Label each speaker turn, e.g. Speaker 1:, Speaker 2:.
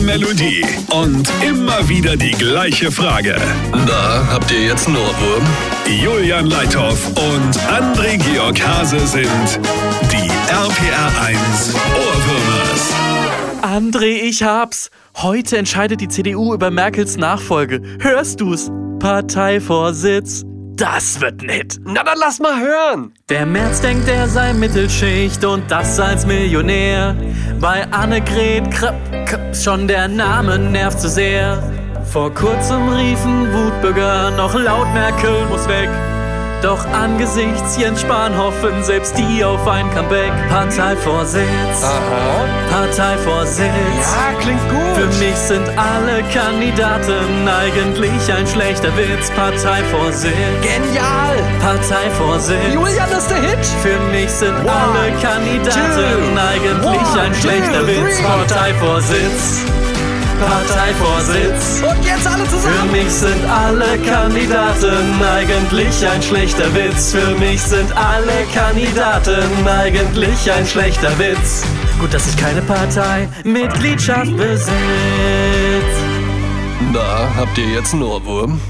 Speaker 1: Melodie und immer wieder die gleiche Frage.
Speaker 2: Na, habt ihr jetzt einen Ohrwurm?
Speaker 1: Julian Leithoff und André Georg Hase sind die RPR 1 Ohrwürmers.
Speaker 3: André, ich hab's. Heute entscheidet die CDU über Merkels Nachfolge. Hörst du's? Parteivorsitz. Das wird nett.
Speaker 2: Na, dann lass mal hören.
Speaker 3: Der März denkt, er sei Mittelschicht und das als Millionär. Bei Annegret Kröpp, Kröpp schon der Name nervt zu sehr. Vor kurzem riefen Wutbürger noch laut, Merkel muss weg. Doch angesichts Jens Spahn hoffen selbst die auf ein Comeback. Parteivorsitz,
Speaker 2: Aha.
Speaker 3: Parteivorsitz.
Speaker 2: Ja, klingt
Speaker 3: Für
Speaker 2: gut.
Speaker 3: mich sind alle Kandidaten eigentlich ein schlechter Witz. Parteivorsitz,
Speaker 2: Genial.
Speaker 3: Parteivorsitz.
Speaker 2: Julian ist der Hit.
Speaker 3: Für mich sind alle Kandidaten
Speaker 2: two,
Speaker 3: eigentlich
Speaker 2: one,
Speaker 3: ein
Speaker 2: two,
Speaker 3: schlechter Witz.
Speaker 2: three.
Speaker 3: Parteivorsitz, Parteivorsitz.
Speaker 2: Und jetzt alle
Speaker 3: Für
Speaker 2: zusammen.
Speaker 3: mich sind alle Kandidaten eigentlich ein schlechter Witz. Für mich sind alle Kandidaten eigentlich ein schlechter Witz. Gut, dass ich keine Parteimitgliedschaft besitze.
Speaker 2: Na, habt ihr jetzt einen Ohrwurm?